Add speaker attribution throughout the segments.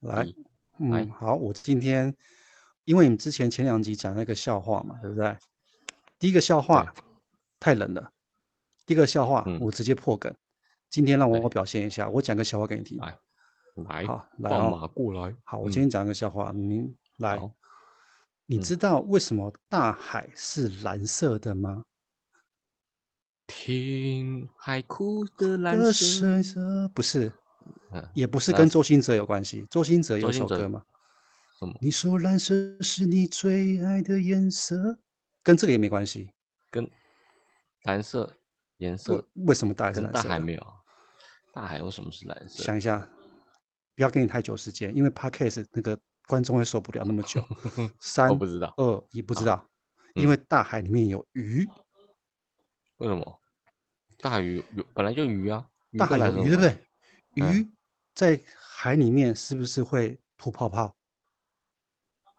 Speaker 1: 来，
Speaker 2: 来
Speaker 1: 嗯，好，我今天因为你之前前两集讲那个笑话嘛，对不对？第一个笑话太冷了，第一个笑话
Speaker 2: 嗯
Speaker 1: 我直接破梗。今天让
Speaker 2: 对
Speaker 1: 我表现一下，我讲个笑话给你听。
Speaker 2: 来来，
Speaker 1: 好，来
Speaker 2: 放
Speaker 1: 哦，
Speaker 2: 马过来。
Speaker 1: 好，我
Speaker 2: 嗯
Speaker 1: 今天讲个笑话，您来
Speaker 2: 好。
Speaker 1: 你
Speaker 2: 嗯
Speaker 1: 知道为什么大海是蓝色的吗？
Speaker 2: 听海哭的蓝
Speaker 1: 的
Speaker 2: 色。
Speaker 1: 声色不是，
Speaker 2: 嗯，
Speaker 1: 也不是
Speaker 2: 那
Speaker 1: 跟
Speaker 2: 是
Speaker 1: 周兴哲有关系。周兴哲有
Speaker 2: 周兴
Speaker 1: 首
Speaker 2: 哲
Speaker 1: 歌嘛，
Speaker 2: 什么？
Speaker 1: 你说蓝色是你最爱的颜色，跟这个也没关系。
Speaker 2: 跟蓝色颜
Speaker 1: 为
Speaker 2: 色
Speaker 1: 为什么大海是
Speaker 2: 跟
Speaker 1: 蓝
Speaker 2: 大
Speaker 1: 色的？
Speaker 2: 海没有啊？大海为什么是蓝色？
Speaker 1: 想一下，不要给你太久时间，因为 podcast 那个观众会受不了那么 久。三
Speaker 2: 我不知道
Speaker 1: 二一，不知道，因
Speaker 2: 嗯
Speaker 1: 为大海里面有鱼，
Speaker 2: 为什么？大海鱼有本来就鱼啊，鱼
Speaker 1: 大海
Speaker 2: 跟蓝
Speaker 1: 有
Speaker 2: 色
Speaker 1: 鱼，
Speaker 2: 有
Speaker 1: 对不
Speaker 2: 关
Speaker 1: 对
Speaker 2: 系？？嗯
Speaker 1: 鱼在海里面是不是会吐泡泡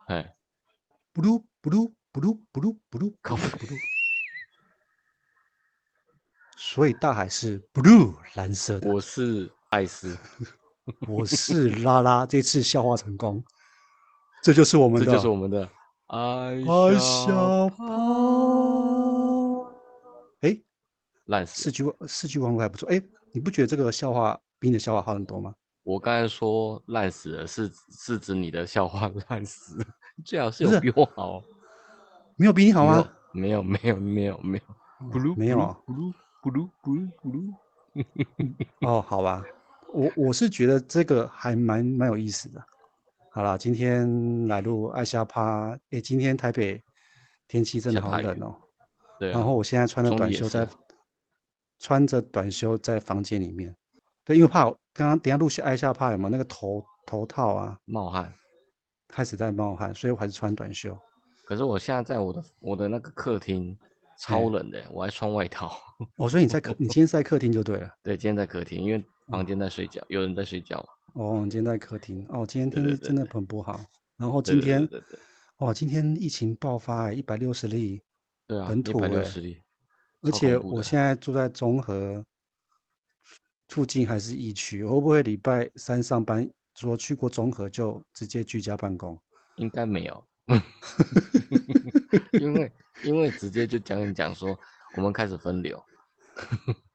Speaker 2: 哎，
Speaker 1: ？blue blue blue blue blue
Speaker 2: 靠谱
Speaker 1: blue，所以大海是 blue 蓝色的。
Speaker 2: 我是艾斯，
Speaker 1: 我是拉拉，这次笑话成功，这就是我们
Speaker 2: 这
Speaker 1: 的，
Speaker 2: 就是我们的爱
Speaker 1: 爱
Speaker 2: 小
Speaker 1: 小
Speaker 2: 胖
Speaker 1: 哎，
Speaker 2: 烂
Speaker 1: 四
Speaker 2: 死。
Speaker 1: 句四句网络还不错。哎，你不觉得这个笑话比你的笑话好很多吗？
Speaker 2: 我刚才说烂死了，是是指你的笑话烂死 了，最好是
Speaker 1: 不
Speaker 2: 有
Speaker 1: 是
Speaker 2: 比我好。哦
Speaker 1: 没有比你好吗？
Speaker 2: 没有没有没有没有咕噜
Speaker 1: 没有啊
Speaker 2: 咕噜咕噜咕噜咕噜，
Speaker 1: 哦，好吧，我我是觉得这个还蛮蛮有意思的。好啦，今天来录爱瞎趴。哎，今天台北天气真的
Speaker 2: 下
Speaker 1: 好
Speaker 2: 大雨
Speaker 1: 冷哦。
Speaker 2: 对啊，
Speaker 1: 然后我现在穿着
Speaker 2: 中
Speaker 1: 短
Speaker 2: 立也
Speaker 1: 袖
Speaker 2: 是
Speaker 1: 在
Speaker 2: 啊，
Speaker 1: 穿着短袖在房间里面。对，因为怕我刚刚等一下录下挨下怕有没有那个头头套啊
Speaker 2: 冒汗。
Speaker 1: 开始在冒汗，所以我还是穿短袖。
Speaker 2: 可是我现在在我的我的那个客厅超冷的，我还穿外套。
Speaker 1: 哦，所以你在客，你今天是在客厅就对了。
Speaker 2: 对，今天在客厅，因为房
Speaker 1: 嗯
Speaker 2: 间在睡觉，有人在睡觉嘛。
Speaker 1: 哦，你今天在客厅。哦，今天
Speaker 2: 对
Speaker 1: 天气
Speaker 2: 对对
Speaker 1: 真的很不好。然后
Speaker 2: 对
Speaker 1: 今天
Speaker 2: 对对对对，
Speaker 1: 哦，今天疫情爆发、欸，一百六十例，
Speaker 2: 对啊，
Speaker 1: 本
Speaker 2: 一
Speaker 1: 土
Speaker 2: 百六
Speaker 1: 欸
Speaker 2: 十例，
Speaker 1: 而
Speaker 2: 超
Speaker 1: 且
Speaker 2: 恐怖
Speaker 1: 我
Speaker 2: 的
Speaker 1: 现在住在中和附近，还是疫区，我会不会礼拜三上班，说去过中和就直接居家办公？
Speaker 2: 应该没 有，因为因为直接就讲一讲说我们开始分流，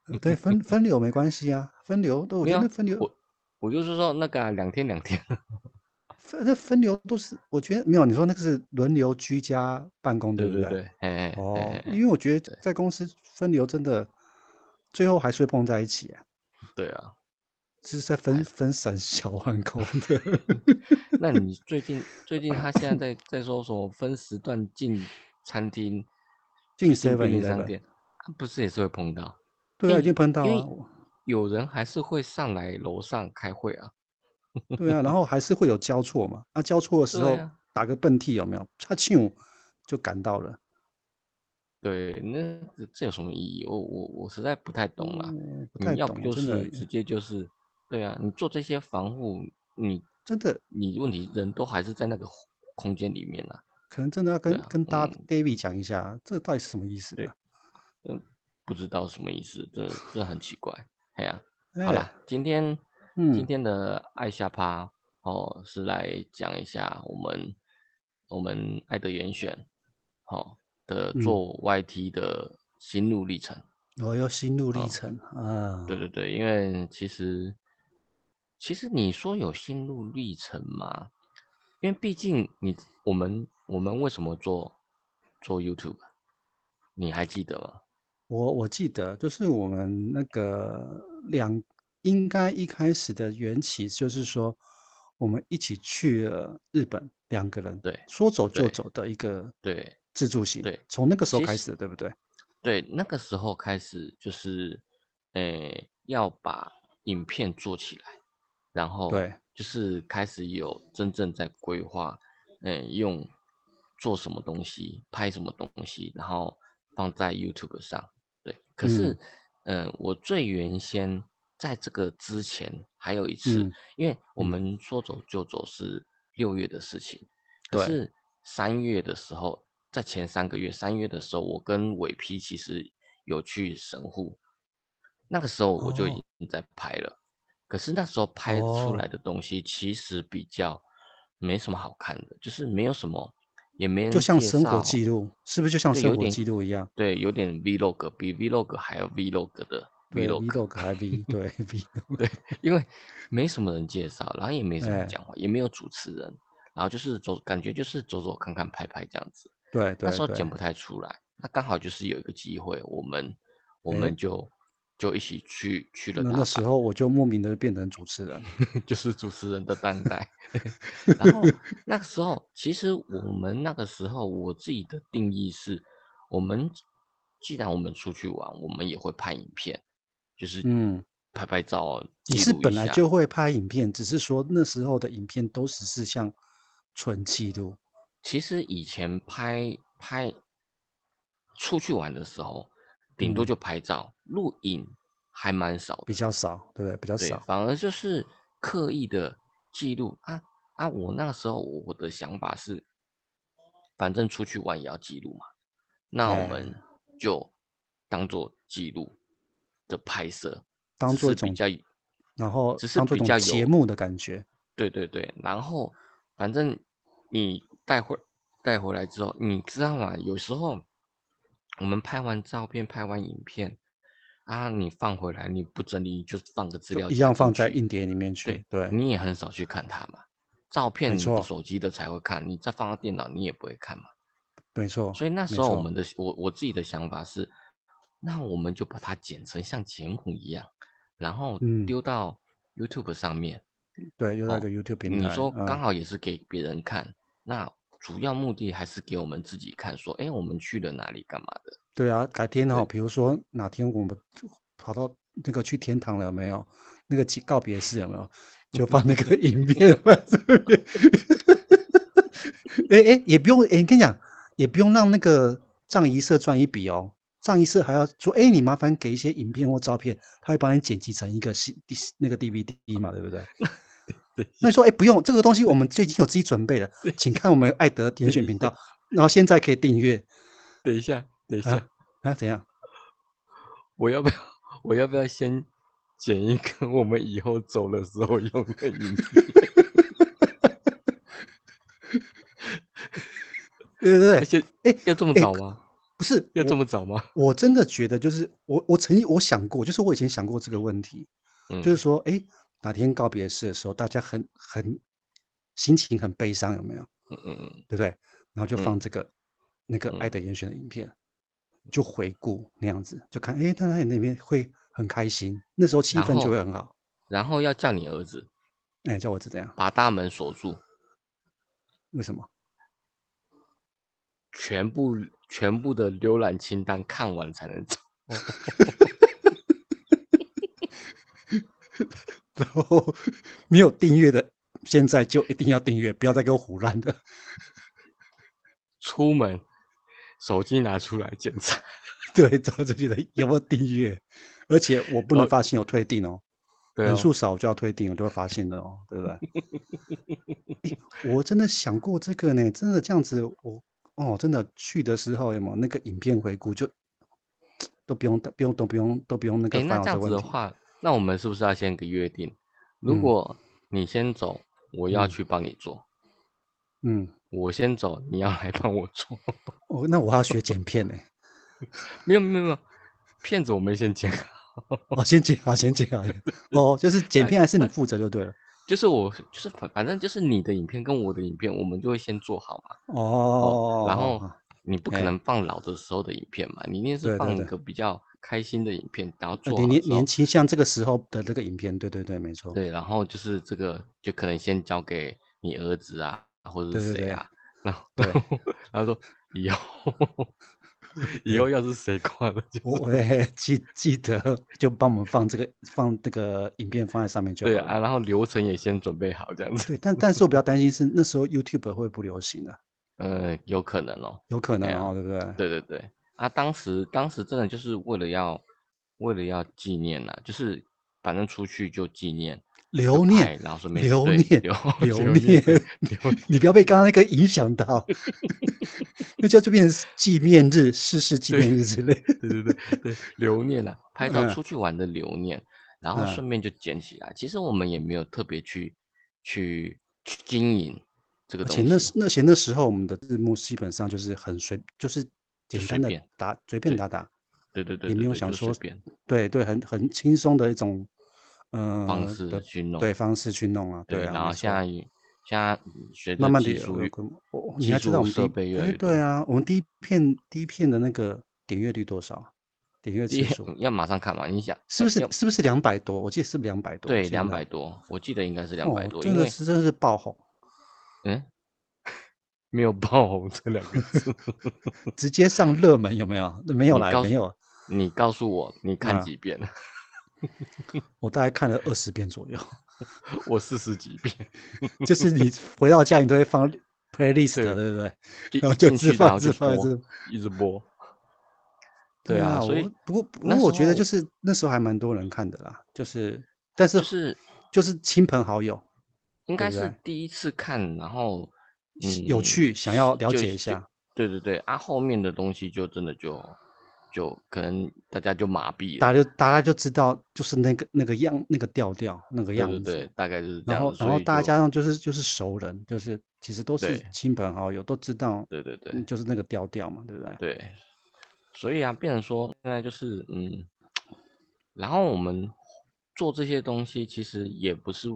Speaker 1: 呃对，分分流没关系啊，分流都我
Speaker 2: 没
Speaker 1: 觉
Speaker 2: 有
Speaker 1: 得
Speaker 2: 啊
Speaker 1: 分流
Speaker 2: 我我就是说那个啊两天两天，
Speaker 1: 分那分流都是我觉得没有，你说那个是轮流居家办公，
Speaker 2: 对
Speaker 1: 不
Speaker 2: 对对，哎哎
Speaker 1: 哦
Speaker 2: 哎，
Speaker 1: 因
Speaker 2: 哎
Speaker 1: 为我觉得在公司分流真的最后还是会碰在一起啊，
Speaker 2: 对啊，
Speaker 1: 就是在
Speaker 2: 哎
Speaker 1: 分分散小办公的。
Speaker 2: 那你最近最近他现在在在说什么分时段进餐厅、
Speaker 1: 进
Speaker 2: 进
Speaker 1: seven
Speaker 2: 便利
Speaker 1: eleven
Speaker 2: 商店，啊不是也是会碰到？
Speaker 1: 对啊，
Speaker 2: 因
Speaker 1: 已经碰到
Speaker 2: 因为
Speaker 1: 啊，我
Speaker 2: 有人还是会上来楼上开会啊，
Speaker 1: 对啊，然后还是会有交错嘛，啊，交错的时
Speaker 2: 对
Speaker 1: 候
Speaker 2: 啊
Speaker 1: 打个喷嚏有没有？擦啾就赶到了。
Speaker 2: 对，那这这有什么意义？我我我实在不太懂啦。
Speaker 1: 嗯不太
Speaker 2: 你要
Speaker 1: 懂
Speaker 2: 不
Speaker 1: 啊，
Speaker 2: 就
Speaker 1: 真
Speaker 2: 是直
Speaker 1: 的
Speaker 2: 接就是，对啊，你做这些防护，你
Speaker 1: 真的
Speaker 2: 你问题人都还是在那个空间里面啊，
Speaker 1: 可能真的要跟
Speaker 2: 啊
Speaker 1: 跟大家
Speaker 2: 嗯
Speaker 1: David 讲一下，啊这到底是什么意思
Speaker 2: 对
Speaker 1: 啊？
Speaker 2: 嗯，不知道什么意思，这这很奇怪。哎呀、
Speaker 1: 哎
Speaker 2: 好啦，今天今
Speaker 1: 嗯
Speaker 2: 天的爱下趴哦，是来讲一下我们我们爱的严选好、哦的
Speaker 1: 嗯
Speaker 2: 做 YT 的心路历程。
Speaker 1: 我要心路历
Speaker 2: 好
Speaker 1: 程啊，
Speaker 2: 对对对，因为其实其实你说有心路历程嘛，因为毕竟你我们我们为什么做做 YouTube，你还记得吗？
Speaker 1: 我我记得就是我们那个两应该一开始的缘起就是说，我们一起去了日本，两个人
Speaker 2: 对
Speaker 1: 说走就
Speaker 2: 对
Speaker 1: 走的一个
Speaker 2: 对，
Speaker 1: 自助行，
Speaker 2: 对，
Speaker 1: 从那个时候
Speaker 2: 其
Speaker 1: 开
Speaker 2: 实
Speaker 1: 始的，对不对？
Speaker 2: 对，那个时候开始就是，诶、要把影片做起来，然后
Speaker 1: 对
Speaker 2: 就是开始有真正在规划，嗯、用做什么东西，拍什么东西，然后放在 YouTube 上。对，可是，嗯、我最原先在这个之前还有一次，
Speaker 1: 嗯
Speaker 2: 因为我
Speaker 1: 嗯
Speaker 2: 们说走就走是六月的事情，可
Speaker 1: 对
Speaker 2: 是三月的时候，在前三个月，三月的时候，我跟伟 P 其实有去神户，那个时候我就
Speaker 1: 哦
Speaker 2: 已经在拍了。可是那时候拍出
Speaker 1: 哦
Speaker 2: 来的东西其实比较没什么好看的，就是没有什么，也没人
Speaker 1: 就像
Speaker 2: 介
Speaker 1: 生活
Speaker 2: 绍
Speaker 1: 记录，是不是就像
Speaker 2: 对
Speaker 1: 生
Speaker 2: 有
Speaker 1: 活
Speaker 2: 点
Speaker 1: 记录一样？
Speaker 2: 对，有点 vlog，比 vlog 还要 vlog 的
Speaker 1: 对
Speaker 2: vlog，
Speaker 1: ，vlog 还 v，对 vlog，
Speaker 2: 对，因为没什么人介绍，然后也没什么
Speaker 1: 哎
Speaker 2: 讲话，也没有主持人，然后就是走，感觉就是走走看看拍拍这样子。
Speaker 1: 对对
Speaker 2: 那时候
Speaker 1: 对
Speaker 2: 剪不太出来，那刚好就是有一个机会，我们我
Speaker 1: 哎
Speaker 2: 们就就一起去去了
Speaker 1: 那
Speaker 2: 大
Speaker 1: 那时候我就莫名的变成主持 人，
Speaker 2: 阪，就是主持人的 担待。然后那个时候，其实我们那个时候我自己的定义是，我们既然我们出去玩，我们也会拍影片，就是
Speaker 1: 嗯，
Speaker 2: 拍拍照
Speaker 1: 你
Speaker 2: 记
Speaker 1: 是
Speaker 2: 录一
Speaker 1: 本来
Speaker 2: 下
Speaker 1: 就会拍影片，只是说那时候的影片都只是像纯记录，
Speaker 2: 其实以前拍拍出去玩的时候，顶多
Speaker 1: 嗯
Speaker 2: 就拍照，录影还蛮少
Speaker 1: 比
Speaker 2: 的，
Speaker 1: 较少，对不对？比较
Speaker 2: 对，
Speaker 1: 少，
Speaker 2: 反而就是刻意的记录啊啊！我那时候我的想法是，反正出去玩也要记录嘛，那
Speaker 1: 哎
Speaker 2: 我们就当做记录的拍摄，
Speaker 1: 当
Speaker 2: 只
Speaker 1: 做一
Speaker 2: 是比
Speaker 1: 种
Speaker 2: 较
Speaker 1: 然后
Speaker 2: 只是
Speaker 1: 当做一
Speaker 2: 比较
Speaker 1: 种节
Speaker 2: 有
Speaker 1: 目的感觉，
Speaker 2: 对对对，然后反正你带回带回来之后，你知道吗？有时候我们拍完照片、拍完影片啊，你放回来，你不整理，你就放个资
Speaker 1: 就
Speaker 2: 料
Speaker 1: 一
Speaker 2: 夹
Speaker 1: 样
Speaker 2: 进
Speaker 1: 放在
Speaker 2: 去
Speaker 1: 硬碟里面
Speaker 2: 对
Speaker 1: 去，对，
Speaker 2: 你也很少去看它嘛。照片你
Speaker 1: 错
Speaker 2: 的手机的才会看，你再放到电脑你也不会看嘛。
Speaker 1: 没错，
Speaker 2: 所以那
Speaker 1: 没
Speaker 2: 时候我
Speaker 1: 错
Speaker 2: 们的我我自己的想法是，那我们就把它剪成像节目一样，然后
Speaker 1: 嗯
Speaker 2: 丢到 YouTube 上面。
Speaker 1: 对，又在一
Speaker 2: 哦
Speaker 1: 个 YouTube 平
Speaker 2: 你
Speaker 1: 台，
Speaker 2: 说刚
Speaker 1: 嗯
Speaker 2: 好也是给别人看，那主要目的还是给我们自己看，说，哎，我们去了哪里，干嘛的？
Speaker 1: 对啊，改天哦，
Speaker 2: 对
Speaker 1: 比如说哪天我们跑到那个去天堂了有没有？那个告告别式有没有？就放那个影片放这 边。哎哎，也不用哎，跟你讲，也不用让那个葬仪社赚一笔哦。葬仪社还要说，哎，你麻烦给一些影片或照片，他会帮你剪辑成一个新那个 DVD 嘛，对不对？那你说，哎，不用这个东西，我们最近有自己准备了，请看我们艾德点选频道，然后现在可以订阅
Speaker 2: 等一下，等一
Speaker 1: 下啊？怎样？
Speaker 2: 我要不要，我要不要先剪一个我们以后走的时候用的影片？
Speaker 1: 对对对，
Speaker 2: 且，
Speaker 1: 哎
Speaker 2: 要这么
Speaker 1: 哎
Speaker 2: 早吗？
Speaker 1: 不是
Speaker 2: 要这么 早吗？
Speaker 1: 我真的觉得就是我我曾经我想过，就是我以前想过这个问题，
Speaker 2: 嗯
Speaker 1: 就是说，哎，哪天告别式的时候，大家很很心情很悲伤，有没有？
Speaker 2: 嗯嗯嗯，
Speaker 1: 对不对？然后就
Speaker 2: 嗯
Speaker 1: 放这个、那个
Speaker 2: 嗯
Speaker 1: 爱的严选的影片，就回顾那样子，就看，哎，大家那边会很开心，那时候气
Speaker 2: 然
Speaker 1: 氛就
Speaker 2: 后
Speaker 1: 会很好。
Speaker 2: 然后要叫你儿子
Speaker 1: 哎，叫我是这样，
Speaker 2: 把大门锁住，
Speaker 1: 为什么？
Speaker 2: 全部全部的浏览清单看完才能走。
Speaker 1: 然后没有订阅的，现在就一定要订阅，不要再给我胡乱的。
Speaker 2: 出门，手机拿出来检查。
Speaker 1: 对，找自己的有没有订阅，而且我不能发现有退订哦，
Speaker 2: 对
Speaker 1: 人
Speaker 2: 哦
Speaker 1: 数少我就要退订，我就会发现的哦，对不对？ 诶我真的想过这个呢，真的这样子，我哦，真的去的时候有没有那个影片回顾就都不用不用都不用都不用那个
Speaker 2: 诶，
Speaker 1: 烦
Speaker 2: 那
Speaker 1: 恼
Speaker 2: 这样子
Speaker 1: 问
Speaker 2: 的
Speaker 1: 题，
Speaker 2: 话，那我们是不是要先有个约定？如
Speaker 1: 嗯
Speaker 2: 果你先走，我要
Speaker 1: 嗯
Speaker 2: 去帮你做；
Speaker 1: 嗯，
Speaker 2: 我先走，你要来帮我做。
Speaker 1: 哦，那我要学剪片呢，
Speaker 2: 没有没有没有，骗子我们先讲，
Speaker 1: 哦，先剪好，先剪好，哦，就是剪片还是你负责就对了，
Speaker 2: 就是我就是反反正就是你的影片跟我的影片，我们就会先做好嘛。
Speaker 1: 哦，
Speaker 2: 然后你不可
Speaker 1: 哎
Speaker 2: 能放老的时候的影片嘛，你一定
Speaker 1: 对
Speaker 2: 是
Speaker 1: 对
Speaker 2: 放一
Speaker 1: 对
Speaker 2: 个比较开心的影片，然后
Speaker 1: 呃
Speaker 2: 做
Speaker 1: 年
Speaker 2: 好的
Speaker 1: 年
Speaker 2: 时候
Speaker 1: 年轻像这个时候的这个影片，对对对，没错，
Speaker 2: 对，然后就是这个，就可能先交给你儿子啊，或者
Speaker 1: 对
Speaker 2: 是
Speaker 1: 对
Speaker 2: 谁
Speaker 1: 对
Speaker 2: 啊，然后
Speaker 1: 对
Speaker 2: 然后说以后以后要是谁挂了就
Speaker 1: 我我也 记记得，就帮我们放这个放这个影片放在上面就好
Speaker 2: 对
Speaker 1: 了。
Speaker 2: 啊，然后流程也先准备好这样子，
Speaker 1: 对，但但是我比较担心是那时候 YouTube 会不流行啊，
Speaker 2: 嗯，有可能哦，
Speaker 1: 有可能
Speaker 2: 哎呀
Speaker 1: 哦，对不对？
Speaker 2: 对对对，啊，当时当时真的就是为了要为了要纪念呐、就是反正出去就纪念，
Speaker 1: 留念
Speaker 2: 拍，然后顺便
Speaker 1: 留
Speaker 2: 对
Speaker 1: 念
Speaker 2: 留，
Speaker 1: 留
Speaker 2: 留
Speaker 1: 念
Speaker 2: 念对留，
Speaker 1: 你不要被刚刚那个影响到， 那就就变成纪念日、逝世纪
Speaker 2: 对
Speaker 1: 念日之类。
Speaker 2: 对对对对，留念啊，拍照
Speaker 1: 嗯
Speaker 2: 出去玩的留念。然后
Speaker 1: 嗯
Speaker 2: 顺便就捡起来。其实我们也没有特别去去去经营这个
Speaker 1: 而
Speaker 2: 东
Speaker 1: 且
Speaker 2: 西。
Speaker 1: 啊那时那些那时候我们的字幕基本上就是很随，就是简
Speaker 2: 随
Speaker 1: 单的
Speaker 2: 便
Speaker 1: 打随便
Speaker 2: 对
Speaker 1: 打打，
Speaker 2: 对对对，
Speaker 1: 也
Speaker 2: 对
Speaker 1: 没有
Speaker 2: 对
Speaker 1: 想
Speaker 2: 就随
Speaker 1: 说
Speaker 2: 便
Speaker 1: 对对，很很轻松的一种，嗯、
Speaker 2: 方
Speaker 1: 呃
Speaker 2: 式
Speaker 1: 的
Speaker 2: 去弄，
Speaker 1: 对方式去弄啊，
Speaker 2: 对
Speaker 1: 啊，
Speaker 2: 然后
Speaker 1: 没
Speaker 2: 现
Speaker 1: 错
Speaker 2: 在现在随着
Speaker 1: 慢慢呃的
Speaker 2: 技
Speaker 1: 有
Speaker 2: 术
Speaker 1: 有
Speaker 2: 越
Speaker 1: 个我
Speaker 2: 技
Speaker 1: 哦你还知道
Speaker 2: 术
Speaker 1: 我们第
Speaker 2: 设
Speaker 1: 一
Speaker 2: 备越来
Speaker 1: 哎
Speaker 2: 越
Speaker 1: 对
Speaker 2: 多
Speaker 1: 啊，我们第一片第一片的那个点阅率多少？啊点阅次
Speaker 2: 也
Speaker 1: 数
Speaker 2: 要马上看嘛，你想
Speaker 1: 是不是
Speaker 2: 要
Speaker 1: 是不是两百多？我记得是不是两百多？
Speaker 2: 对
Speaker 1: 现
Speaker 2: 两
Speaker 1: 在
Speaker 2: 百多，我记得应该是两
Speaker 1: 哦
Speaker 2: 百多，
Speaker 1: 真
Speaker 2: 因
Speaker 1: 的
Speaker 2: 为
Speaker 1: 是真的是爆红，
Speaker 2: 嗯，没有爆红这两个 字。
Speaker 1: 直接上热门有没有？没有
Speaker 2: 你
Speaker 1: 啦，
Speaker 2: 告
Speaker 1: 没
Speaker 2: 诉
Speaker 1: 有，
Speaker 2: 你告诉我，你看
Speaker 1: 啊
Speaker 2: 几遍？
Speaker 1: 我大概看了二十遍左右。
Speaker 2: 我四十几遍，
Speaker 1: 就是你回到家，你都会放 playlist
Speaker 2: 对
Speaker 1: 的，对不对？
Speaker 2: 一
Speaker 1: 然后
Speaker 2: 一
Speaker 1: 就
Speaker 2: 进
Speaker 1: 自
Speaker 2: 去
Speaker 1: 放
Speaker 2: 然后
Speaker 1: 自
Speaker 2: 就
Speaker 1: 放
Speaker 2: 播
Speaker 1: 自
Speaker 2: 一直播。对啊，所以
Speaker 1: 我不过不
Speaker 2: 那
Speaker 1: 过我
Speaker 2: 时
Speaker 1: 觉得
Speaker 2: 候
Speaker 1: 就是那时候还蛮多人看的啦，就是但是
Speaker 2: 就是
Speaker 1: 就是亲朋好友
Speaker 2: 应
Speaker 1: 对
Speaker 2: 该
Speaker 1: 不
Speaker 2: 是
Speaker 1: 对
Speaker 2: 第一次看，然后嗯
Speaker 1: 有趣，想要了
Speaker 2: 就
Speaker 1: 解一
Speaker 2: 就
Speaker 1: 下，
Speaker 2: 对对对，啊，后面的东西就真的就就可能大家就麻痹
Speaker 1: 大家
Speaker 2: 了，
Speaker 1: 就大家就知道就是那个那个样那个调调那个
Speaker 2: 对
Speaker 1: 样
Speaker 2: 对
Speaker 1: 子，
Speaker 2: 对，大概就是这
Speaker 1: 然
Speaker 2: 样
Speaker 1: 后
Speaker 2: 子，
Speaker 1: 然
Speaker 2: 所
Speaker 1: 后
Speaker 2: 以
Speaker 1: 大
Speaker 2: 就
Speaker 1: 家呢就是就是熟人，就是其实都是
Speaker 2: 对
Speaker 1: 亲朋好友都知道，
Speaker 2: 对对对
Speaker 1: 嗯就是那个调调嘛，对不对？
Speaker 2: 对，所以啊，变成说现在就是嗯，然后我们做这些东西，其实也不是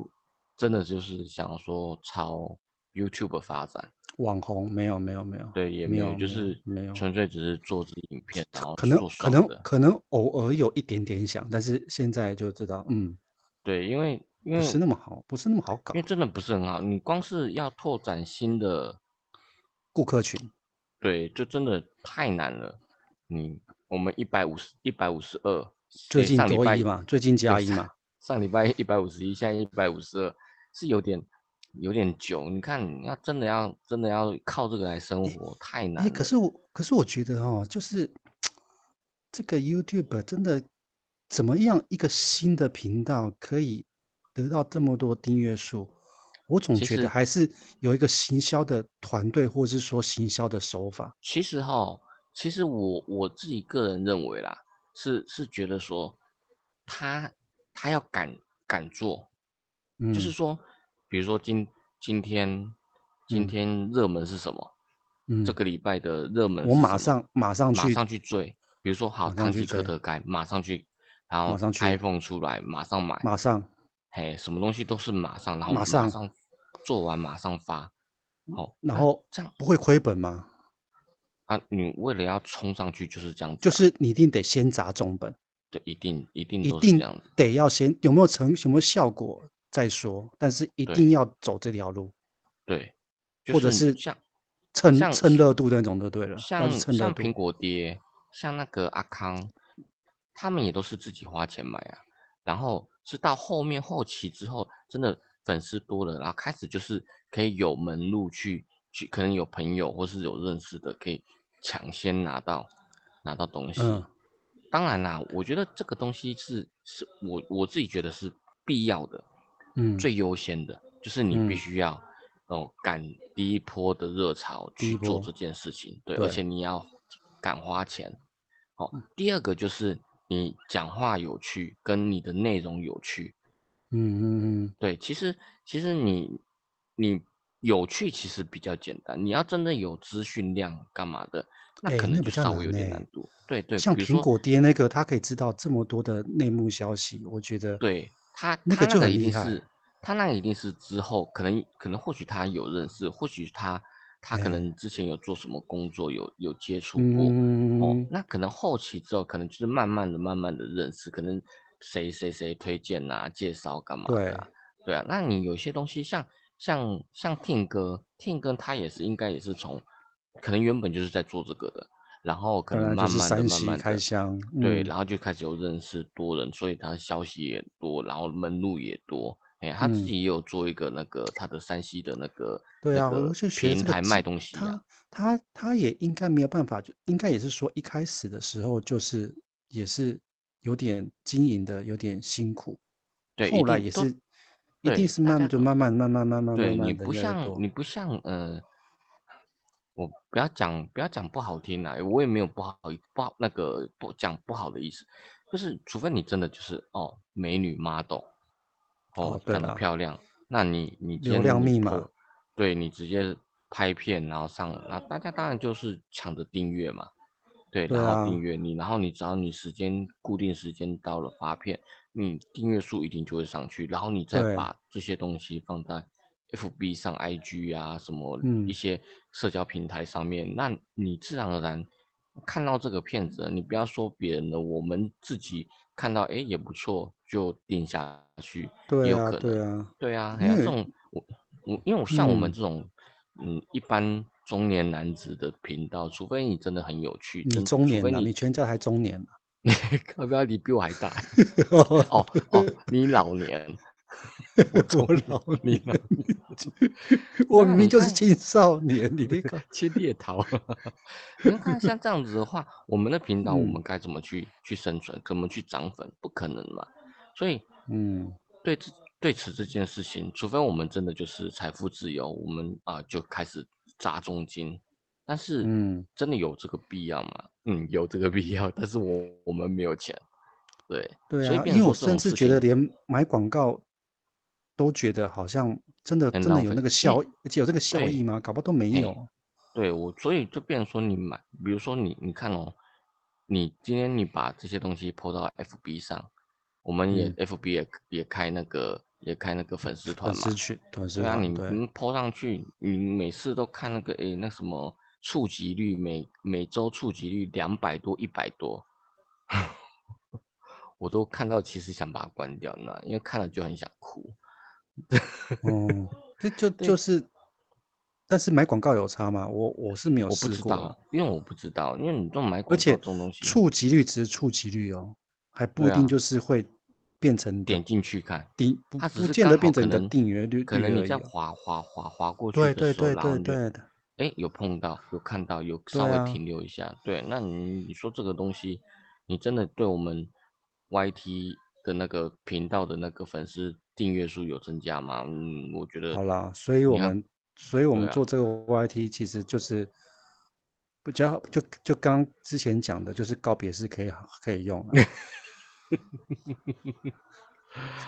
Speaker 2: 真的就是想说朝 YouTube 发展，
Speaker 1: 网红没有没有没有，
Speaker 2: 对，也
Speaker 1: 没
Speaker 2: 没
Speaker 1: 有
Speaker 2: 有，就
Speaker 1: 没有
Speaker 2: 是
Speaker 1: 没有
Speaker 2: 纯粹只是做自己影片，然后
Speaker 1: 可能
Speaker 2: 做
Speaker 1: 可
Speaker 2: 爽
Speaker 1: 能
Speaker 2: 的，
Speaker 1: 可能偶尔有一点点想，但是现在就知道，嗯，
Speaker 2: 对，因为因
Speaker 1: 不
Speaker 2: 为
Speaker 1: 是那么好，不是那么好搞
Speaker 2: 因为。真的不是很好，你光是要拓展新的，
Speaker 1: 顾客群
Speaker 2: 对，就真的太难了，你我们一百五十一百五十二，
Speaker 1: 最
Speaker 2: 诶
Speaker 1: 近
Speaker 2: 上礼
Speaker 1: 多
Speaker 2: 拜
Speaker 1: 一嘛，最近加
Speaker 2: 对
Speaker 1: 一嘛，
Speaker 2: 上礼拜一百五十一，现在一百五十二，是有点有点久。你看，你要真的要真的要靠这个来生活，太难
Speaker 1: 哎，
Speaker 2: 了。
Speaker 1: 可是我可是我觉得哦，就是这个 YouTube 真的怎么样一个新的频道可以得到这么多订阅数？我总
Speaker 2: 其
Speaker 1: 觉
Speaker 2: 实
Speaker 1: 得还是有一个行销的团队，或是说行销的手法。
Speaker 2: 其实哈，其实我我自己个人认为啦，是是觉得说，他他要敢敢做，
Speaker 1: 嗯，
Speaker 2: 就是说，比如说今今天今
Speaker 1: 嗯
Speaker 2: 天热门是什么，
Speaker 1: 嗯，
Speaker 2: 这个礼拜的热门
Speaker 1: 我
Speaker 2: 是
Speaker 1: 马
Speaker 2: 什么
Speaker 1: 上马上
Speaker 2: 马
Speaker 1: 去，
Speaker 2: 上去追，比如说好，
Speaker 1: 马上
Speaker 2: 唐
Speaker 1: 去
Speaker 2: 吉诃
Speaker 1: 追
Speaker 2: 德盖，马上去，然
Speaker 1: 马
Speaker 2: 后
Speaker 1: 上去
Speaker 2: iPhone 出来，马上买，
Speaker 1: 马上
Speaker 2: 嘿，什么东西都是马上，然后
Speaker 1: 马
Speaker 2: 马
Speaker 1: 上嗯
Speaker 2: 上做完马上发，哦，
Speaker 1: 然
Speaker 2: 那
Speaker 1: 后
Speaker 2: 这样
Speaker 1: 不会亏本吗？
Speaker 2: 啊，你为了要冲上去就是这样子
Speaker 1: 就
Speaker 2: 啊，
Speaker 1: 是你一定得先砸重本，
Speaker 2: 对，一定一定
Speaker 1: 一
Speaker 2: 都是这
Speaker 1: 定
Speaker 2: 样子，
Speaker 1: 得要先有没有成有没有效果再说，但是一
Speaker 2: 对
Speaker 1: 定要走这条路，
Speaker 2: 对，就
Speaker 1: 或者
Speaker 2: 是
Speaker 1: 是
Speaker 2: 像
Speaker 1: 蹭
Speaker 2: 像
Speaker 1: 蹭热度那种就对了，要
Speaker 2: 啊像
Speaker 1: 是蹭热
Speaker 2: 像
Speaker 1: 度
Speaker 2: 苹果爹，像那个阿康，他们也都是自己花钱买啊。然后是到后面后期之后，真的粉丝多了，然后开始就是可以有门路去去，可能有朋友或是有认识的，可以抢先拿到拿到东西。
Speaker 1: 嗯
Speaker 2: 当然啦，我觉得这个东西是是我我自己觉得是必要的，
Speaker 1: 嗯，
Speaker 2: 最优先的，就是你必
Speaker 1: 嗯
Speaker 2: 须要哦赶第一波的热潮
Speaker 1: 第一
Speaker 2: 去做
Speaker 1: 波
Speaker 2: 这件事情，对，
Speaker 1: 对嗯
Speaker 2: 而且你要敢花钱。哦，第二个就是你讲话有趣，跟你的内容有趣。
Speaker 1: 嗯嗯
Speaker 2: 对，其实其实你你有趣其实比较简单，你要真的有资讯量干嘛的，那
Speaker 1: 哎
Speaker 2: 可
Speaker 1: 那
Speaker 2: 能
Speaker 1: 比
Speaker 2: 就
Speaker 1: 较
Speaker 2: 稍微
Speaker 1: 难
Speaker 2: 有点
Speaker 1: 呢
Speaker 2: 难度。对对，
Speaker 1: 嗯，像
Speaker 2: 比如
Speaker 1: 苹
Speaker 2: 说
Speaker 1: 果爹那个，他可以知道这么多的内幕消息，我觉得
Speaker 2: 对他，
Speaker 1: 那
Speaker 2: 他
Speaker 1: 个
Speaker 2: 那
Speaker 1: 就
Speaker 2: 个
Speaker 1: 很
Speaker 2: 一
Speaker 1: 厉
Speaker 2: 定
Speaker 1: 害，
Speaker 2: 是，他那个一定是之后可能可能或许他有认识，或许他他可
Speaker 1: 哎
Speaker 2: 能之前有做什么工作，有有接触过哦，
Speaker 1: 嗯
Speaker 2: 那可能后期之后可能就是慢慢的、慢慢的认识，可能谁谁谁推荐啊、介绍干嘛的
Speaker 1: 对
Speaker 2: 啊、对啊，那你有些东西像像像听歌，听歌他也是应该也是从可能原本就是在做这个的，然后可
Speaker 1: 当
Speaker 2: 能
Speaker 1: 然就
Speaker 2: 慢
Speaker 1: 是
Speaker 2: 慢的、
Speaker 1: 山
Speaker 2: 慢
Speaker 1: 西
Speaker 2: 慢
Speaker 1: 开
Speaker 2: 的。
Speaker 1: 箱，
Speaker 2: 对，
Speaker 1: 嗯
Speaker 2: 然后就开始有认识多人，所以他消息也多，然后门路也多。哎，他自
Speaker 1: 嗯
Speaker 2: 己也有做一个那个他的山西的那个
Speaker 1: 对
Speaker 2: 那
Speaker 1: 啊，
Speaker 2: 个
Speaker 1: 我就觉得
Speaker 2: 平
Speaker 1: 这个
Speaker 2: 台
Speaker 1: 技
Speaker 2: 卖东西啊
Speaker 1: 他。他他也应该没有办法，就应该也是说一开始的时候就是也是有点经营的有点辛苦，
Speaker 2: 对，一
Speaker 1: 后来
Speaker 2: 定
Speaker 1: 也
Speaker 2: 都
Speaker 1: 是一定
Speaker 2: 对，
Speaker 1: 是
Speaker 2: 大
Speaker 1: 慢
Speaker 2: 家
Speaker 1: 慢就
Speaker 2: 都
Speaker 1: 慢慢慢慢慢慢慢
Speaker 2: 对你
Speaker 1: 慢的
Speaker 2: 不
Speaker 1: 越来越
Speaker 2: 像
Speaker 1: 多，
Speaker 2: 你不像呃，我不要讲不要讲不好听啦，我也没有不好不好那个不讲不好的意思，就是除非你真的就是哦美女 model，
Speaker 1: 哦
Speaker 2: 哦
Speaker 1: 对
Speaker 2: 长得
Speaker 1: 啦
Speaker 2: 漂亮，那你你
Speaker 1: 流
Speaker 2: 今天
Speaker 1: 量
Speaker 2: 你
Speaker 1: 密码
Speaker 2: 做，对你直接拍片然后上，那大家当然就是抢着订阅嘛，对，
Speaker 1: 对
Speaker 2: 然
Speaker 1: 啊
Speaker 2: 后订阅你，然后你只要你时间固定时间到了发片，你订阅数一定就会上去，然后你
Speaker 1: 对
Speaker 2: 再把这些东西放在 FB 上、IG 啊什么
Speaker 1: 嗯
Speaker 2: 一些社交平台上面，那你自然而然看到这个片子了，你不要说别人的，我们自己看到哎也不错就定下去，
Speaker 1: 对
Speaker 2: 有
Speaker 1: 啊，
Speaker 2: 可
Speaker 1: 对啊，
Speaker 2: 对啊，
Speaker 1: 因
Speaker 2: 哎呀
Speaker 1: 为
Speaker 2: 这种我我因为我像我们
Speaker 1: 嗯
Speaker 2: 这种嗯一般中年男子的频道，除非你真的很有趣，
Speaker 1: 你
Speaker 2: 真
Speaker 1: 中
Speaker 2: 除
Speaker 1: 年
Speaker 2: 非
Speaker 1: 了，你
Speaker 2: 你
Speaker 1: 全家还中年了，
Speaker 2: 要不要你比我还大？ 哦 哦，你老年，
Speaker 1: 我
Speaker 2: 中
Speaker 1: 老
Speaker 2: 你
Speaker 1: 年啊
Speaker 2: 老
Speaker 1: 了， 我
Speaker 2: 对啊
Speaker 1: 明明
Speaker 2: 你
Speaker 1: 就是
Speaker 2: 看
Speaker 1: 青少
Speaker 2: 嗯
Speaker 1: 年，你那 个
Speaker 2: 去猎头。你看像这样子的话，我们的频道我
Speaker 1: 嗯
Speaker 2: 们该怎么去去生存，怎么去涨粉？不可能嘛。所以
Speaker 1: 嗯，
Speaker 2: 对这对此这件事情，除非我们真的就是财富自由，我们啊、就开始砸重金。但是，
Speaker 1: 嗯，
Speaker 2: 真的有这个必要吗？嗯，有这个必要，但是我我们没有钱，对，
Speaker 1: 对
Speaker 2: 所以
Speaker 1: 啊，
Speaker 2: 变
Speaker 1: 因为
Speaker 2: 成
Speaker 1: 我
Speaker 2: 说这
Speaker 1: 甚
Speaker 2: 种
Speaker 1: 至
Speaker 2: 事
Speaker 1: 觉得
Speaker 2: 情
Speaker 1: 连买广告都觉得好像真的真
Speaker 2: 很
Speaker 1: 的
Speaker 2: 浪
Speaker 1: 有
Speaker 2: 费
Speaker 1: 那个
Speaker 2: 因为
Speaker 1: 效益，而且有这个效
Speaker 2: 对
Speaker 1: 益吗？搞不好都没
Speaker 2: 哎
Speaker 1: 有。
Speaker 2: 对我，所以就变成说你买，比如说你你看哦，你今天你把这些东西 po 到 FB 上，我们也
Speaker 1: 嗯
Speaker 2: FB 也也开那个也开那个粉丝团
Speaker 1: 短
Speaker 2: 嘛，
Speaker 1: 视群，短视
Speaker 2: 对啊，你
Speaker 1: 团，对，
Speaker 2: 你 po 上去，你每次都看那个诶那什么触及率，每每周触及率两百多一百多， 我都看到其实想把它关掉，那因为看了就很想哭，
Speaker 1: 哦， 这就
Speaker 2: 嗯对
Speaker 1: 就是，但是买广告有差吗？我我是没有
Speaker 2: 我不
Speaker 1: 试
Speaker 2: 知
Speaker 1: 过啊，
Speaker 2: 道，因为我不知道，因为你这种买
Speaker 1: 而
Speaker 2: 广告
Speaker 1: 且
Speaker 2: 这种东西，
Speaker 1: 触及率只是触及率哦，还不一
Speaker 2: 对
Speaker 1: 定
Speaker 2: 啊
Speaker 1: 就是会变成你的
Speaker 2: 点进去看，
Speaker 1: 订，不
Speaker 2: 它只
Speaker 1: 不
Speaker 2: 是
Speaker 1: 见
Speaker 2: 刚
Speaker 1: 得
Speaker 2: 好
Speaker 1: 变成
Speaker 2: 可
Speaker 1: 你的
Speaker 2: 能
Speaker 1: 订阅率
Speaker 2: 可
Speaker 1: 率
Speaker 2: 能你
Speaker 1: 而
Speaker 2: 这
Speaker 1: 已
Speaker 2: 样
Speaker 1: 哦。
Speaker 2: 划划划划过去
Speaker 1: 对对
Speaker 2: 的时候，
Speaker 1: 对
Speaker 2: 然后
Speaker 1: 对
Speaker 2: 你就
Speaker 1: 对的，
Speaker 2: 哎有碰到有看到有
Speaker 1: 对
Speaker 2: 稍微
Speaker 1: 啊，
Speaker 2: 停留一下，对，那你你说这个东西，你真的对我们 YT 的那个频道的那个粉丝订阅数有增加吗？嗯，我觉得
Speaker 1: 好啦，所以我
Speaker 2: 你看，
Speaker 1: 们所以我
Speaker 2: 对
Speaker 1: 们
Speaker 2: 啊，
Speaker 1: 做这个 YT 其实就是比较就就刚之前讲的，就是告别式可以可以 用啊，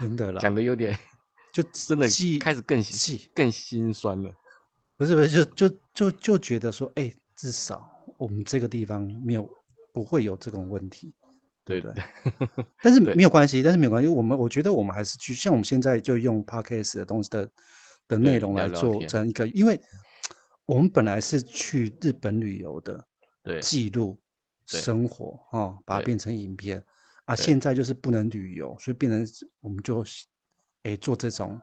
Speaker 1: 真的啦，
Speaker 2: 讲的有点
Speaker 1: 就
Speaker 2: 真的
Speaker 1: 既
Speaker 2: 开始更心
Speaker 1: 既
Speaker 2: 更心酸了。
Speaker 1: 不是不是，就就就就觉得说，哎、至少我们这个地方没有不会有这种问题，对
Speaker 2: 对
Speaker 1: 不
Speaker 2: 对
Speaker 1: 对？但是
Speaker 2: 对，
Speaker 1: 没有关系，但是没有关系，我们我觉得我们还是去像我们现在就用 podcast 的东西的的内
Speaker 2: 对，
Speaker 1: 容
Speaker 2: 聊
Speaker 1: 来
Speaker 2: 聊
Speaker 1: 做
Speaker 2: 天，
Speaker 1: 这样一个，因为我们本来是去日本旅游的，
Speaker 2: 对
Speaker 1: 记录
Speaker 2: 对
Speaker 1: 生活啊、哦，把它
Speaker 2: 对
Speaker 1: 变成影片啊，
Speaker 2: 对
Speaker 1: 现在就是不能旅游，所以变成是我们就哎做这种，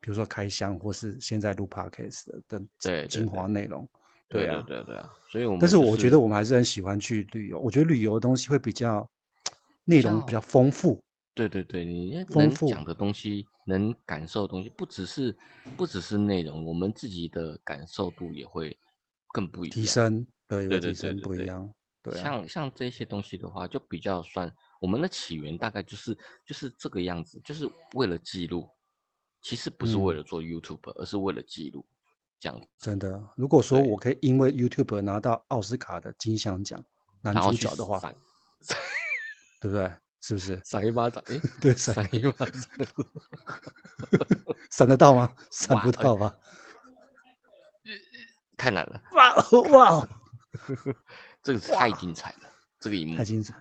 Speaker 1: 比如说开箱或是现在录 podcast 的的
Speaker 2: 对对
Speaker 1: 精
Speaker 2: 对
Speaker 1: 华内容，对
Speaker 2: 对对
Speaker 1: 啊，
Speaker 2: 对对啊！所以我
Speaker 1: 但
Speaker 2: 们
Speaker 1: 是
Speaker 2: 就
Speaker 1: 我觉得
Speaker 2: 是
Speaker 1: 我们还是很喜欢去旅游，我觉得旅游的东西会比较
Speaker 2: 比
Speaker 1: 内容比
Speaker 2: 较
Speaker 1: 较丰富，
Speaker 2: 对对对，你要
Speaker 1: 丰
Speaker 2: 能
Speaker 1: 富，
Speaker 2: 讲的东西，能感受的东西，不只是不只是内容，我们自己的感受度也会更不一
Speaker 1: 提
Speaker 2: 样。
Speaker 1: 升，对，
Speaker 2: 对
Speaker 1: 会
Speaker 2: 对
Speaker 1: 提
Speaker 2: 对
Speaker 1: 升
Speaker 2: 对
Speaker 1: 不一
Speaker 2: 对，
Speaker 1: 样，对啊，
Speaker 2: 像像这些东西的话，就比较算我们的起源大概就是就是这个样子，就是为了记录，其实不是为
Speaker 1: 嗯，
Speaker 2: 了做 YouTube，而是为了记录，这样子。
Speaker 1: 真的，如果说
Speaker 2: 对，
Speaker 1: 我可以因为 YouTube 拿到奥斯卡的金像奖男
Speaker 2: 然后
Speaker 1: 主
Speaker 2: 去
Speaker 1: 角的话，
Speaker 2: 闪
Speaker 1: 对不对？是不是？
Speaker 2: 闪一巴掌，诶，
Speaker 1: 对，闪
Speaker 2: 闪一巴掌，
Speaker 1: 闪得到吗？闪
Speaker 2: 哇，
Speaker 1: 不
Speaker 2: 呃
Speaker 1: 到吧？
Speaker 2: 太难了。
Speaker 1: 哇哦哇哦
Speaker 2: 这个是太
Speaker 1: 哇，
Speaker 2: 精彩了，这个一
Speaker 1: 太
Speaker 2: 幕。
Speaker 1: 精彩，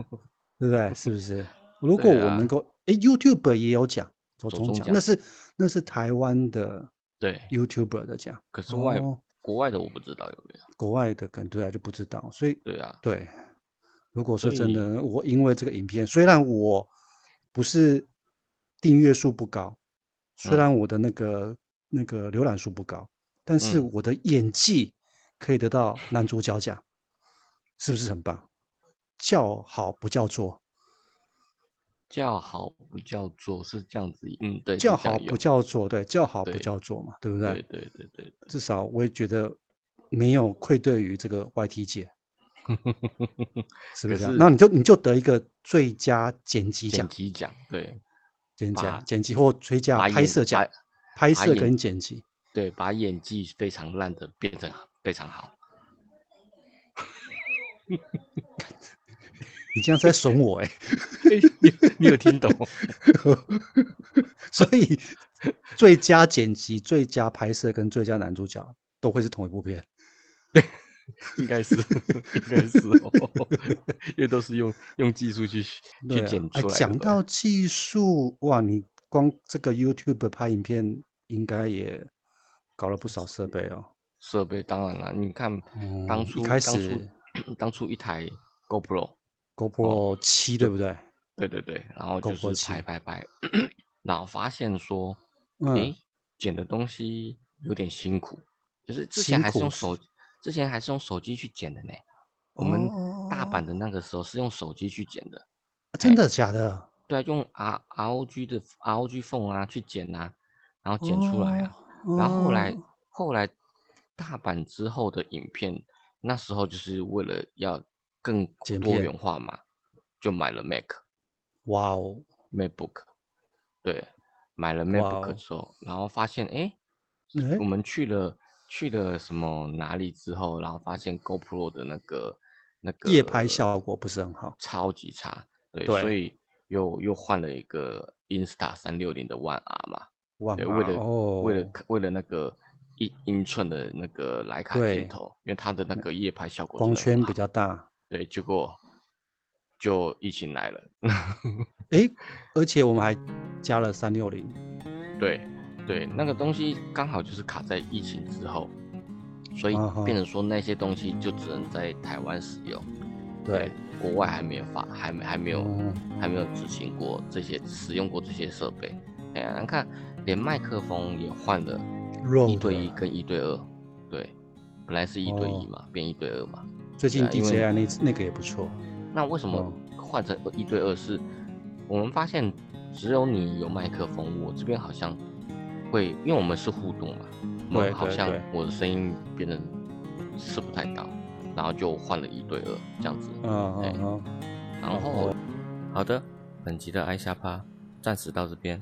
Speaker 1: 对不对？是不是？如果
Speaker 2: 对
Speaker 1: 我们能
Speaker 2: 啊，
Speaker 1: 够，诶 y o u t u b e 也有奖，左
Speaker 2: 走
Speaker 1: 中
Speaker 2: 中
Speaker 1: 奖，
Speaker 2: 奖，
Speaker 1: 那是那是台湾的
Speaker 2: 对。
Speaker 1: YouTuber 的奖
Speaker 2: 可是外
Speaker 1: 哦，
Speaker 2: 国外的我不知道有没有。
Speaker 1: 国外的可能对啊就不知道，所以
Speaker 2: 对啊，
Speaker 1: 对，如果
Speaker 2: 所
Speaker 1: 说真
Speaker 2: 以
Speaker 1: 的，我因为这个影片，虽然我不是订阅数不高，虽
Speaker 2: 嗯
Speaker 1: 然我的那个那个浏览数不高，但是
Speaker 2: 嗯，
Speaker 1: 我的演技可以得到男主角奖，是不是很棒？叫好不叫座，
Speaker 2: 叫好不叫座是这样子，嗯，对，
Speaker 1: 叫
Speaker 2: 是这
Speaker 1: 好
Speaker 2: 样
Speaker 1: 不
Speaker 2: 用，
Speaker 1: 叫座，对，叫好不
Speaker 2: 对
Speaker 1: 叫座嘛，对不对？
Speaker 2: 对对对对对，
Speaker 1: 至少我也觉得没有愧对于这个 YT 界，是不
Speaker 2: 可
Speaker 1: 是这样？那
Speaker 2: 是
Speaker 1: 你就你就得一个最佳剪辑
Speaker 2: 剪
Speaker 1: 奖。
Speaker 2: 辑奖，对，
Speaker 1: 剪辑啊，
Speaker 2: 把
Speaker 1: 剪辑或追加
Speaker 2: 把
Speaker 1: 拍
Speaker 2: 演
Speaker 1: 摄奖，
Speaker 2: 把
Speaker 1: 拍
Speaker 2: 把
Speaker 1: 摄
Speaker 2: 演
Speaker 1: 跟剪辑，
Speaker 2: 对把演技非常烂的变 成非常好，
Speaker 1: 你这样是在损我哎、
Speaker 2: 你你有听 懂？
Speaker 1: 所以最佳剪辑、最佳拍摄跟最佳男主角都会是同一部片。
Speaker 2: 应该是，应该是哦， 因为都是用用技术去
Speaker 1: 对
Speaker 2: 去
Speaker 1: 啊
Speaker 2: 剪
Speaker 1: 哎
Speaker 2: 出来的。
Speaker 1: 讲到技术，哇，你光这个 YouTube 拍影片，应该也搞了不少设备哦。
Speaker 2: 设备，当然了，你看
Speaker 1: 嗯
Speaker 2: 当
Speaker 1: 一
Speaker 2: 初
Speaker 1: 开
Speaker 2: 当初
Speaker 1: 始
Speaker 2: 当初一台 GoPro，哦
Speaker 1: GoPro 七，对不对？
Speaker 2: 对对对，然后就
Speaker 1: GoPro
Speaker 2: 是拍
Speaker 1: 7
Speaker 2: 拍拍， 然后发现说，诶，
Speaker 1: 嗯，
Speaker 2: 剪的东西有点辛苦，就是之前
Speaker 1: 辛
Speaker 2: 还是用
Speaker 1: 苦
Speaker 2: 手，之前还是用手机去剪的呢。我们大阪
Speaker 1: 哦
Speaker 2: 的那个时候是用手机去剪的，
Speaker 1: 真的假的？
Speaker 2: 对啊，用 R ROG 的 ROG phone 啊去剪啊，然后剪出来啊，
Speaker 1: 哦。
Speaker 2: 然后后来
Speaker 1: 哦
Speaker 2: 后来大阪之后的影片，那时候就是为了要更
Speaker 1: 剪
Speaker 2: 多
Speaker 1: 片
Speaker 2: 元化嘛，就买了 Mac。
Speaker 1: 哇哦，
Speaker 2: MacBook，对，买了
Speaker 1: 哇哦
Speaker 2: MacBook 之后，然后发现哎、诶
Speaker 1: 哎
Speaker 2: 我们去了去了什么哪里之后，然后发现 GoPro 的那个那个
Speaker 1: 夜拍效果不是很好。
Speaker 2: 超级差，对，
Speaker 1: 对
Speaker 2: 所以又又换了一个 Insta 三六零的 One R 嘛，
Speaker 1: 哇，
Speaker 2: 对，为了、
Speaker 1: 哦，
Speaker 2: 为了为了那个一英寸的那个徕卡
Speaker 1: 对
Speaker 2: 镜头，因为它的那个夜拍效果
Speaker 1: 光
Speaker 2: 真的很
Speaker 1: 圈比
Speaker 2: 好
Speaker 1: 较大。
Speaker 2: 对，结果就疫情来了。
Speaker 1: 诶，而且我们还加了三六零，
Speaker 2: 对，对，那个东西刚好就是卡在疫情之后，所以
Speaker 1: 啊哈
Speaker 2: 变成说那些东西就只能在台湾使用，
Speaker 1: 对，，
Speaker 2: 国外还没有发，还没还没有、
Speaker 1: 哦
Speaker 2: 还没有执行过这些使用过这些设备。哎呀，你看连麦克风也换了，
Speaker 1: ，Rode
Speaker 2: 一对一跟一对二，对，本来是一对一
Speaker 1: 哦
Speaker 2: 嘛，变一对二嘛。
Speaker 1: 最近
Speaker 2: 对啊因为
Speaker 1: DJI 那那个也不错，
Speaker 2: 那为什么
Speaker 1: 嗯
Speaker 2: 换成一对二是？我们发现只有你有麦克风，我这边好像会，因为我们是互动嘛，我
Speaker 1: 对
Speaker 2: 们好
Speaker 1: 对
Speaker 2: 像
Speaker 1: 对
Speaker 2: 我的声音别人吃不太到，然后就换了一对二这样子。
Speaker 1: 嗯
Speaker 2: 哎
Speaker 1: 嗯嗯。
Speaker 2: 然后，好的，本集的爱下趴暂时到这边，